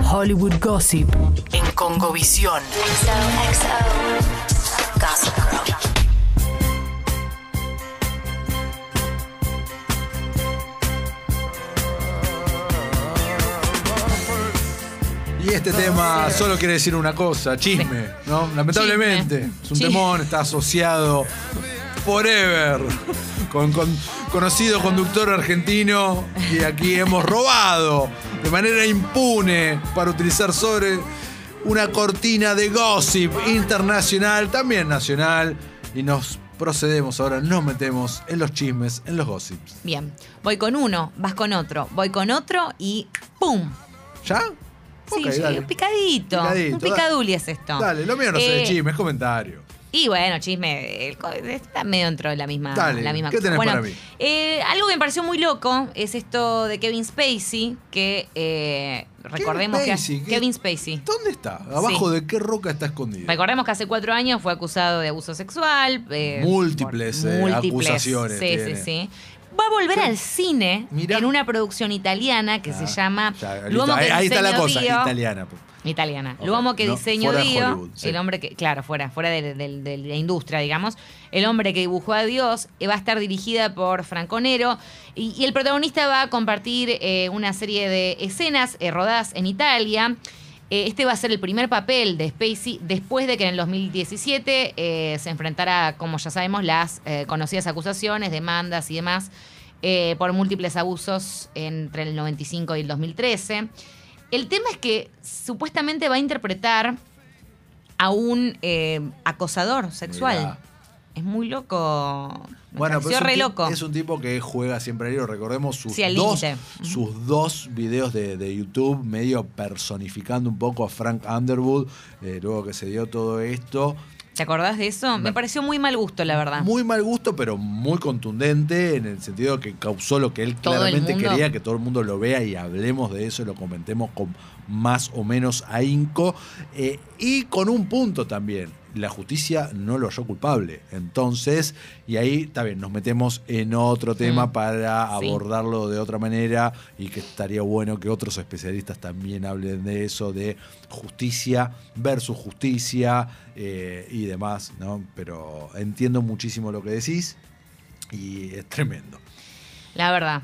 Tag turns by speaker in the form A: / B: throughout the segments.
A: Hollywood Gossip en Congovisión.
B: XOXO Gossip Girl.
C: Y este tema solo quiere decir una cosa, chisme, ¿no? Lamentablemente,
D: Chisme.
C: es un
D: Chisme.
C: temón, está asociado forever con, con- conocido conductor argentino y aquí hemos robado de manera impune para utilizar sobre una cortina de gossip internacional, también nacional, y nos procedemos ahora, nos metemos en los chismes, en los gossips.
D: Bien. Voy con uno, vas con otro, voy con otro y ¡pum!
C: ¿Ya?
D: Sí,
C: Ok, dale.
D: picadito.
C: Picadito,
D: Un
C: dale.
D: picaduli es esto.
C: Dale, lo mío no sé,
D: Eh,
C: chisme, es comentario.
D: Y bueno, chisme, el co- está medio dentro de la misma,
C: Dale,
D: la misma
C: ¿qué tenés
D: Bueno,
C: para mí?
D: eh, algo que me pareció muy loco es esto de Kevin Spacey, que eh, recordemos
C: Spacey?
D: que...
C: ¿Qué?
D: Kevin Spacey.
C: ¿Dónde está? ¿Abajo
D: Sí.
C: de qué roca está escondido?
D: Recordemos que hace cuatro años fue acusado de abuso sexual. eh,
C: Múltiples,
D: por-
C: eh, acusaciones
D: Sí,
C: tiene.
D: sí, sí. Va a volver al cine
C: Mirá.
D: en una producción italiana que se
C: Ah,
D: llama
C: ya, listo.
D: L'uomo
C: ahí,
D: que
C: ahí está la
D: diseño
C: cosa,
D: Dio.
C: italiana. pues.
D: Italiana.
C: Ok,
D: L'uomo que
C: no,
D: diseñó
C: fuera de
D: Dio,
C: Hollywood, sí.
D: el hombre que, claro, fuera, fuera del- del- del- de la industria, digamos, el hombre que dibujó a Dios, eh, va a estar dirigida por Franconero y, y el protagonista va a compartir eh, una serie de escenas eh, rodadas en Italia. Eh, este va a ser el primer papel de Spacey después de que en el 2017 eh, se enfrentara, como ya sabemos, las eh, conocidas acusaciones, demandas y demás eh, por múltiples abusos entre el 95 y el 2013. El tema es que supuestamente va a interpretar a un eh, acosador sexual.
C: Mirá.
D: Es muy loco. Me
C: Bueno, pero
D: pareció
C: es un,
D: re
C: ti-
D: loco.
C: es un tipo que juega siempre al hilo. Recordemos sus,
D: Sí, al
C: dos,
D: límite. Ujú.
C: sus dos videos de, de YouTube, medio personificando un poco a Frank Underwood, eh, luego que se dio todo esto.
D: ¿Te acordás de eso? Me pareció muy mal gusto, la verdad.
C: Muy mal gusto, pero muy contundente en el sentido que causó lo que él
D: Todo el
C: claramente
D: mundo.
C: quería, que todo el mundo lo vea y hablemos de eso, lo comentemos con más o menos ahínco. eh, y con un punto también, la justicia no lo halló culpable. Entonces, y ahí está bien, nos metemos en otro tema
D: Mm.
C: para
D: Sí.
C: abordarlo de otra manera y que estaría bueno que otros especialistas también hablen de eso, de justicia versus justicia eh, y demás, ¿no? Pero entiendo muchísimo lo que decís y es tremendo.
D: La verdad.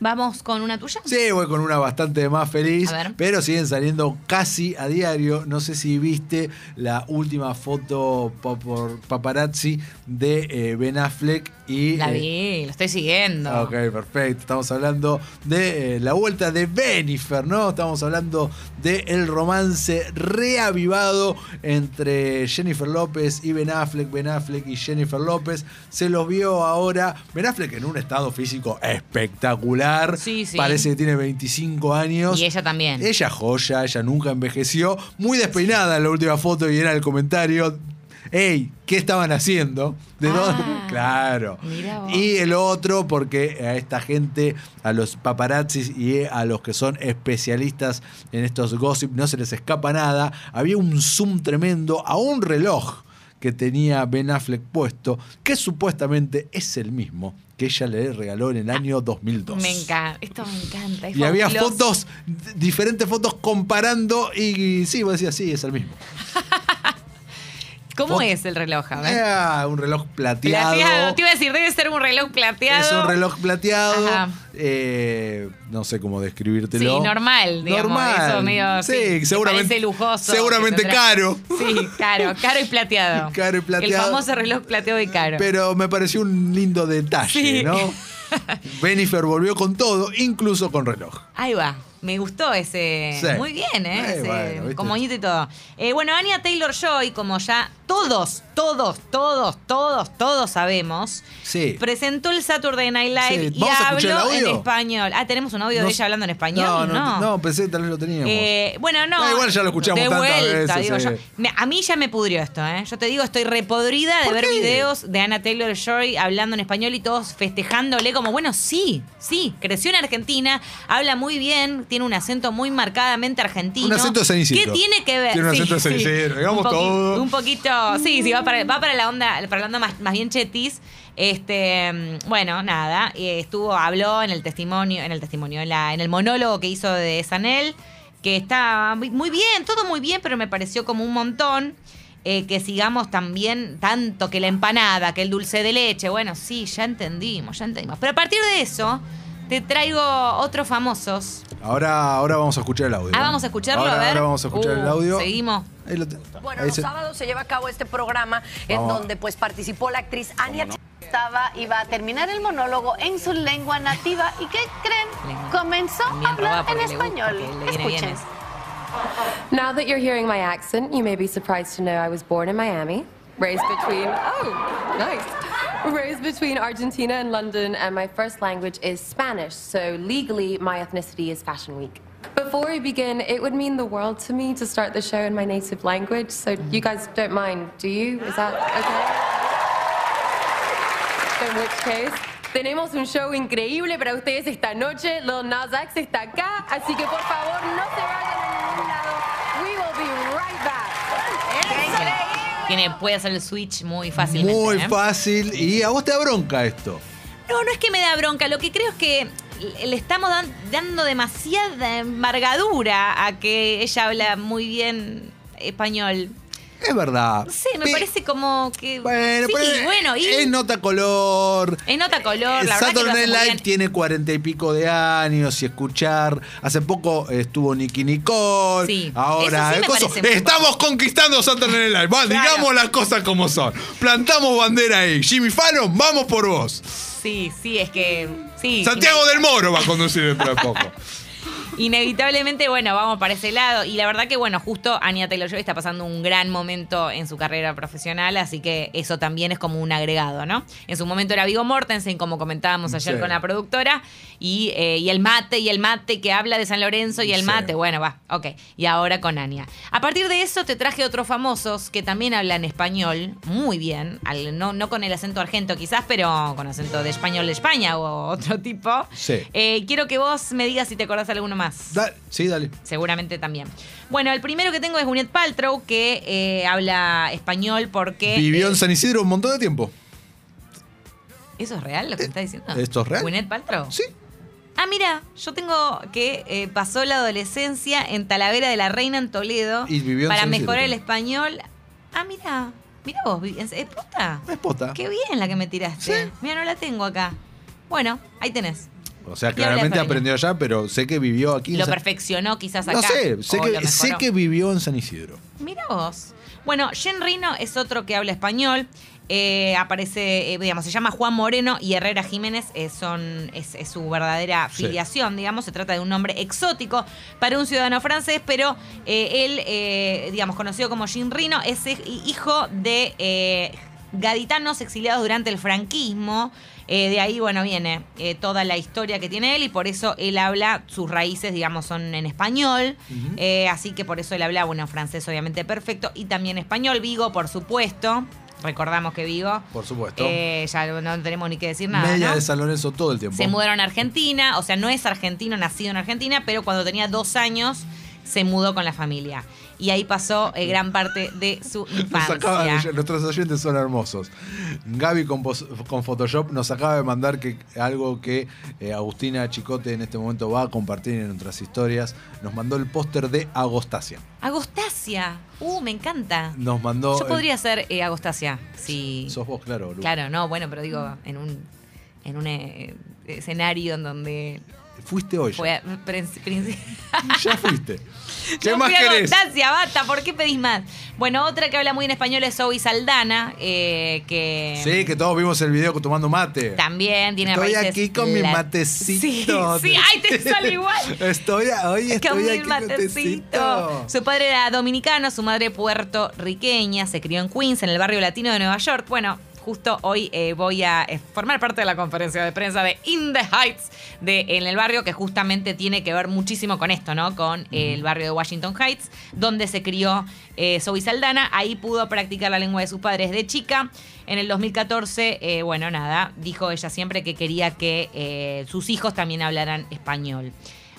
D: ¿Vamos con una tuya?
C: Sí, voy con una bastante más feliz,
D: A ver.
C: pero siguen saliendo casi a diario. No sé si viste la última foto papor- paparazzi de eh, Ben Affleck y
D: La
C: eh,
D: vi, lo estoy siguiendo.
C: Ah, Ok, perfecto. Estamos hablando de eh, la vuelta de Benifer, ¿no? Estamos hablando del el romance reavivado entre Jennifer López y Ben Affleck. Ben Affleck y Jennifer López. Se los vio ahora. Ben Affleck en un estado físico espectacular.
D: Sí, sí.
C: Parece que tiene 25 años.
D: Y ella también.
C: Ella joya, ella nunca envejeció. Muy despeinada en la última foto y era el comentario. Ey, ¿qué estaban haciendo? ¿De
D: Ah,
C: dónde? Claro.
D: mirá vos.
C: Y el otro, porque a esta gente, a los paparazzis y a los que son especialistas en estos gossip, no se les escapa nada. Había un zoom tremendo a un reloj que tenía Ben Affleck puesto, que supuestamente es el mismo que ella le regaló en el año 2002.
D: Ah, Me encanta. Esto me encanta. es
C: Y había
D: fabuloso.
C: fotos, diferentes fotos comparando y, sí, vos decías, sí, es el mismo.
D: ¿Cómo
C: fot-
D: es el reloj? A ver.
C: Era un reloj Eh, plateado.
D: Plateado. Te iba a decir, debe ser un reloj plateado.
C: Es un reloj plateado.
D: Ajá.
C: eh, no sé cómo describírtelo.
D: Sí, normal, digamos, eso medio, sí,
C: sí,
D: que
C: seguramente.
D: parece lujoso,
C: Seguramente
D: que tendrá-
C: caro.
D: Sí, caro, caro y plateado.
C: Caro y plateado.
D: El famoso reloj plateado y caro.
C: Pero me pareció un lindo detalle,
D: Sí.
C: ¿no? Benifer volvió con todo, incluso con reloj.
D: Ahí va. Me gustó ese.
C: Sí.
D: Muy bien, ¿eh?
C: Eh,
D: Ese
C: bueno, viste.
D: comodito y todo. Eh, bueno, Anya Taylor Joy, como ya todos, todos, todos, todos, todos sabemos,
C: Sí.
D: presentó el Saturday Night Live
C: Sí,
D: y
C: ¿vamos a escuchar el
D: habló en
C: audio?
D: español. Ah, ¿tenemos un audio
C: No
D: de
C: sé-
D: ella hablando en español?
C: No, no, no, pensé que tal vez lo teníamos.
D: Eh, bueno, no.
C: Da igual, ya lo escuchamos
D: De
C: tantas
D: vuelta,
C: veces,
D: digo yo.
C: eh.
D: Me- a mí ya me pudrió esto, ¿eh? Yo te digo, estoy repodrida de
C: ¿Por
D: ver
C: qué?
D: videos de Anna Taylor Joy hablando en español y todos festejándole como, bueno, sí, sí, creció en Argentina, habla muy bien, tiene un acento muy marcadamente argentino.
C: Un acento de Ceniciento.
D: ¿Qué tiene que ver?
C: Tiene un acento de
D: sí.
C: Ceniciento, digamos
D: Un poqui-
C: todo.
D: Un poquito, sí, sí, va para, va para la onda, para la onda más, más bien chetis. Este, mm, bueno, nada, eh, estuvo, habló en el testimonio, en el testimonio, en, la- en el monólogo que hizo de Sanel. que está muy- muy bien, todo muy bien, pero me pareció como un montón. eh, que sigamos también tanto que la empanada, que el dulce de leche. Bueno, sí, ya entendimos, ya entendimos. Pero a partir de eso, te traigo otros famosos.
C: Ahora, ahora vamos a escuchar el audio.
D: Ah, vamos a escucharlo,
C: ahora,
D: a ver.
C: ahora vamos a escuchar el
D: Uh,
C: audio.
D: Seguimos.
C: Ahí lo te-
B: Bueno,
C: ahí
B: los
C: se-
B: sábados se lleva a cabo este programa en
C: Vamos.
B: donde pues participó la actriz Ania
E: estaba iba a terminar el monólogo en su lengua nativa y ¿qué creen?
D: Lengua.
E: Comenzó a
D: También
E: hablar
D: roba
E: en
D: porque le gusta,
E: español.
D: que le viene bien
E: Escuchen.
D: eso.
F: Now that you're hearing my accent, you may be surprised to know I was born in Miami, raised between oh, nice. Raised between Argentina and London, and my first language is Spanish, so legally my ethnicity is Fashion Week. Before we begin, it would mean the world to me to start the show in my native language, so you guys don't mind, do you? Is that okay? En which case, tenemos un show increíble para ustedes esta noche. Lil Nas X está acá, así que por favor no se vayan a ningún lado. We will be right back.
D: Tiene, puede hacer el switch muy fácilmente.
C: Muy
D: ¿eh?
C: fácil. Y a vos te da bronca esto.
D: No, no es que me da bronca. Lo que creo es que le estamos dan- dando demasiada embargadura a que ella habla muy bien español.
C: Es verdad.
D: No sé, me
C: Pe-
D: parece como que.
C: Bueno,
D: sí,
C: pero
D: bueno, y.
C: es nota color.
D: Es nota
C: Eh,
D: color, la verdad que lo
C: Saturday
D: hace
C: Night
D: muy
C: Live
D: bien.
C: tiene cuarenta y pico de años y escuchar. Hace poco estuvo Nicky Nicole.
D: Sí,
C: Ahora,
D: eso sí me
C: el coso-
D: parece muy
C: estamos conquistando Saturday Night Live. Va,
D: Claro.
C: Digamos las cosas como son. Plantamos bandera ahí. Jimmy Fallon, vamos por vos.
D: Sí, sí, es que. Sí.
C: Santiago del Moro va a conducir dentro de poco.
D: Inevitablemente, bueno, vamos para ese lado. Y la verdad que, bueno, justo Anya Taylor-Joy está pasando un gran momento en su carrera profesional, así que eso también es como un agregado, ¿no? En su momento era Vigo Mortensen, como comentábamos ayer
C: Sí.
D: con la productora, y, eh, y el mate, y el mate que habla de San Lorenzo, y el
C: Sí.
D: mate, bueno, va, ok. Y ahora con Anya. A partir de eso te traje otros famosos que también hablan español, muy bien, al- no, no con el acento argento quizás, pero con acento de español de España o otro tipo.
C: Sí.
D: Eh, quiero que vos me digas si te acordás alguno más.
C: Da- sí, dale.
D: Seguramente también. Bueno, el primero que tengo es Gwyneth Paltrow, que eh, habla español porque...
C: Vivió
D: eh,
C: en San Isidro un montón de tiempo.
D: ¿Eso es real lo que me estás diciendo?
C: Eh, ¿Esto es real?
D: ¿Gwyneth Paltrow?
C: Sí.
D: Ah, mira, yo tengo que eh, pasó la adolescencia en Talavera de la Reina en Toledo
C: Y vivió en
D: para
C: San Isidro.
D: mejorar el español. Ah, mira, mira vos, vi- es es puta.
C: Es pota.
D: Qué bien la que me tiraste.
C: Sí.
D: Mira, no la tengo acá. Bueno, ahí tenés.
C: O sea,
D: habla
C: claramente
D: español.
C: aprendió allá, pero sé que vivió aquí. en
D: Lo
C: San-
D: perfeccionó quizás
C: No
D: acá.
C: sé, sé
D: o lo
C: que, sé
D: mejoró.
C: que vivió en San Isidro.
D: Mira vos. Bueno, Jen Rino es otro que habla español. Eh, aparece, eh, digamos, se llama Juan Moreno y Herrera Jiménez eh, son, es, es su verdadera
C: Sí.
D: filiación, digamos. Se trata de un nombre exótico para un ciudadano francés, pero eh, él, eh, digamos, conocido como Jean Rino, es hij- hijo de eh, gaditanos exiliados durante el franquismo. Eh, de ahí, bueno, viene eh, toda la historia que tiene él y por eso él habla, sus raíces, digamos, son en español. Eh, así que por eso él habla, bueno, francés obviamente perfecto y también español. Vigo, por supuesto. Recordamos que Vigo.
C: Por supuesto.
D: eh, ya no- no tenemos ni que decir nada.
C: Media
D: ¿no?
C: de San Lorenzo todo el tiempo.
D: Se mudaron a Argentina, o sea, no es argentino, nacido en Argentina, pero cuando tenía dos años se mudó con la familia. Y ahí pasó eh, gran parte de su
C: Nos acaba de-
D: infancia.
C: nuestros oyentes son hermosos. Gaby con, pos- con Photoshop nos acaba de mandar que algo que eh, Agustina Chicote en este momento va a compartir en nuestras historias. Nos mandó el póster de Agostasia.
D: Agostasia. Uh, me encanta.
C: Nos mandó.
D: Yo
C: el-
D: podría ser eh, Agostasia. Si...
C: Sos vos, claro, boludo.
D: Claro, no, bueno, pero digo, en un, en un eh, escenario en donde
C: Fuiste hoy. ya.
D: fue princ- princ-
C: Ya fuiste. ¿Qué
D: Yo
C: más
D: fui a
C: querés?
D: Constancia, basta, ¿por qué pedís más? Bueno, otra que habla muy en español es Zoe Saldana, eh, que
C: Sí, que todos vimos el video tomando mate.
D: también tiene
C: Estoy
D: raíces
C: aquí con mi
D: lat-
C: matecito.
D: Sí, sí, ay, te sale igual.
C: Estoy, hoy
D: Con
C: estoy
D: mi
C: aquí con matecito.
D: matecito. Su padre era dominicano, su madre puertorriqueña, se crió en Queens, en el barrio latino de Nueva York. Bueno, justo hoy eh, voy a eh, formar parte de la conferencia de prensa de In the Heights de en el barrio, que justamente tiene que ver muchísimo con esto, ¿no? Con eh, el barrio de Washington Heights, donde se crió eh, Zoe Saldana. Ahí pudo practicar la lengua de sus padres de chica. En el 2014, eh, bueno, nada, dijo ella siempre que quería que eh, sus hijos también hablaran español.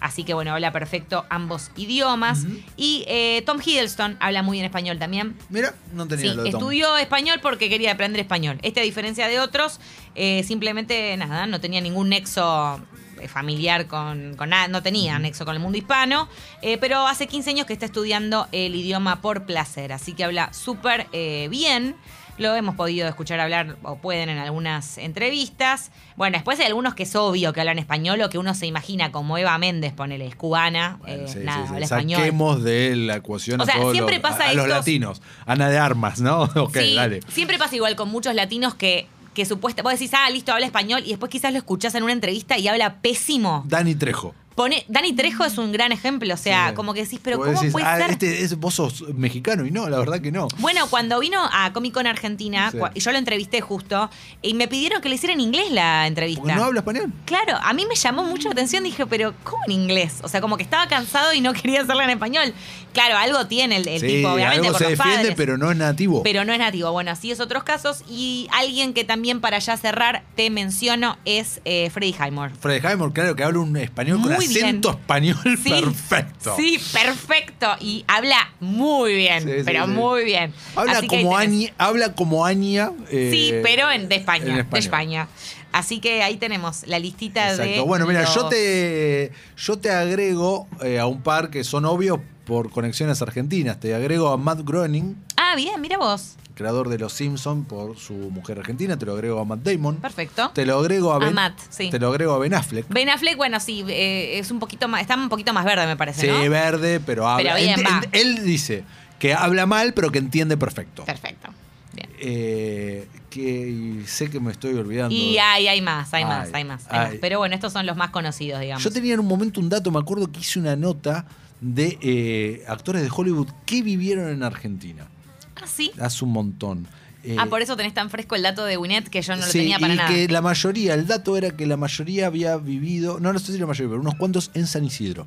D: Así que bueno, habla perfecto ambos idiomas. Y eh, Tom Hiddleston habla muy bien español también.
C: Mira, no tenía
D: Sí,
C: lo de Tom.
D: estudió español porque quería aprender español. Este, a diferencia de otros, eh, simplemente nada, no tenía ningún nexo eh, familiar con, con nada, no tenía nexo con el mundo hispano, eh, pero hace 15 años que está estudiando el idioma por placer, así que habla súper eh, bien. Lo hemos podido escuchar hablar, o pueden, en algunas entrevistas. Bueno, después hay algunos que es obvio que hablan español o que uno se imagina, como Eva Méndez, ponele, es cubana,
C: Bueno,
D: eh,
C: sí, sí,
D: nada,
C: sí.
D: habla español.
C: Saquemos de la ecuación
D: O sea,
C: a todos
D: siempre
C: los,
D: pasa
C: a- a los
D: estos-
C: latinos. Ana de Armas, ¿no? ok,
D: sí,
C: dale.
D: Siempre pasa igual con muchos latinos que, que supuesta, vos decís, ah, listo, habla español, y después quizás lo escuchás en una entrevista y habla pésimo.
C: Dani Trejo.
D: Pone, Dani Trejo es un gran ejemplo, o sea, como que decís, pero
C: Vos
D: ¿cómo
C: decís,
D: puede
C: "Ah,
D: ser?
C: este es- vos sos mexicano y no, la verdad que no.
D: Bueno, cuando vino a Comic Con Argentina,
C: Sí.
D: cua- yo lo entrevisté justo, y me pidieron que le hiciera en inglés la entrevista.
C: Porque no habla español.
D: Claro, a mí me llamó mucho la atención, dije, pero ¿cómo en inglés? O sea, como que estaba cansado y no quería hacerla en español. Claro, algo tiene el, el
C: sí,
D: tipo, obviamente,
C: algo
D: por
C: se
D: los
C: defiende,
D: padres.
C: pero no es nativo.
D: Pero no es nativo. Bueno, así es otros casos. Y alguien que también para ya cerrar te menciono es eh, Freddy Highmore.
C: Fred Highmore, claro que habla un español con
D: Muy bien.
C: acento español
D: Sí,
C: perfecto.
D: Sí, perfecto. Y habla muy bien,
C: Sí, sí,
D: pero
C: sí.
D: muy bien.
C: Habla
D: Así que ahí
C: como,
D: tenés.
C: Aña, habla como Aña. eh,
D: Sí, pero en, de
C: en
D: España, de
C: español.
D: España. Así que ahí tenemos la listita de.
C: Exacto. Bueno, mira, yo
D: los-
C: te, yo te agrego eh, a un par que son obvios por conexiones argentinas. Te agrego a Matt Groening,
D: Ah, bien, mira vos.
C: creador de Los Simpson por su mujer argentina. Te lo agrego a Matt Damon.
D: Perfecto.
C: Te lo agrego a,
D: A
C: Ben,
D: Matt, sí.
C: Te lo agrego a Ben Affleck.
D: Ben Affleck, bueno, sí, eh, es un poquito más, está un poquito más verde, me parece,
C: Sí,
D: ¿no?
C: verde, pero habla.
D: Pero bien,
C: Ent-
D: va.
C: ent- él dice que habla mal, pero que entiende perfecto.
D: Perfecto. Bien.
C: Eh, que y sé que me estoy olvidando.
D: Y
C: de-
D: hay, hay más, hay más,
C: Ay,
D: hay más, hay más.
C: ay.
D: Pero bueno, estos son los más conocidos, digamos.
C: Yo tenía en un momento un dato, me acuerdo que hice una nota de eh, actores de Hollywood que vivieron en Argentina.
D: Ah, sí.
C: Hace un montón. Eh,
D: ah, por eso tenés tan fresco el dato de Winnet que yo no lo
C: sí,
D: tenía para
C: y
D: nada.
C: que la mayoría, el dato era que la mayoría había vivido, no, no sé si la mayoría, pero unos cuantos en San Isidro.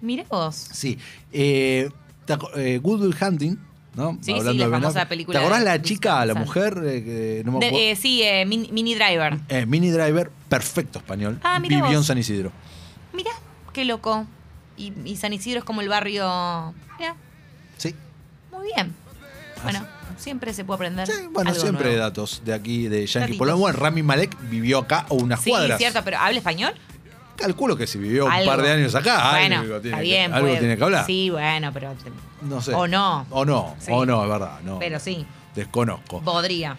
D: Mirá vos.
C: Sí. Eh, ¿te aco- eh, Good Will Hunting, ¿no?
D: Sí, sí, la
C: Ben
D: famosa
C: Affleck.
D: película
C: ¿Te acordás
D: de
C: la
D: Gus
C: chica, la
D: Van Sant.
C: mujer? eh, que no me
D: De-
C: acuerdo.
D: eh, sí, eh, Min- Mini Driver.
C: Eh, Mini Driver, perfecto español.
D: Ah, mirá
C: vivió en
D: vos.
C: San Isidro.
D: Mirá, qué loco. Y, y San Isidro es como el barrio. Mirá,
C: Sí.
D: muy bien. Bueno, siempre se puede aprender.
C: Ah, Sí, bueno,
D: algo
C: siempre
D: nuevo.
C: datos de aquí de Yankee
D: Datitos.
C: Polonia. Bueno, Rami Malek vivió acá o unas
D: Sí,
C: cuadras.
D: cierto, pero ¿habla español?
C: Calculo que si vivió
D: Algo.
C: un par de años acá,
D: Bueno,
C: algo, tiene,
D: está
C: que-
D: bien.
C: algo
D: puede-
C: tiene que hablar.
D: Sí, bueno, pero. te-
C: No sé.
D: O no.
C: O no,
D: Sí.
C: o no, es verdad. No,
D: Pero sí.
C: Desconozco.
D: Podría.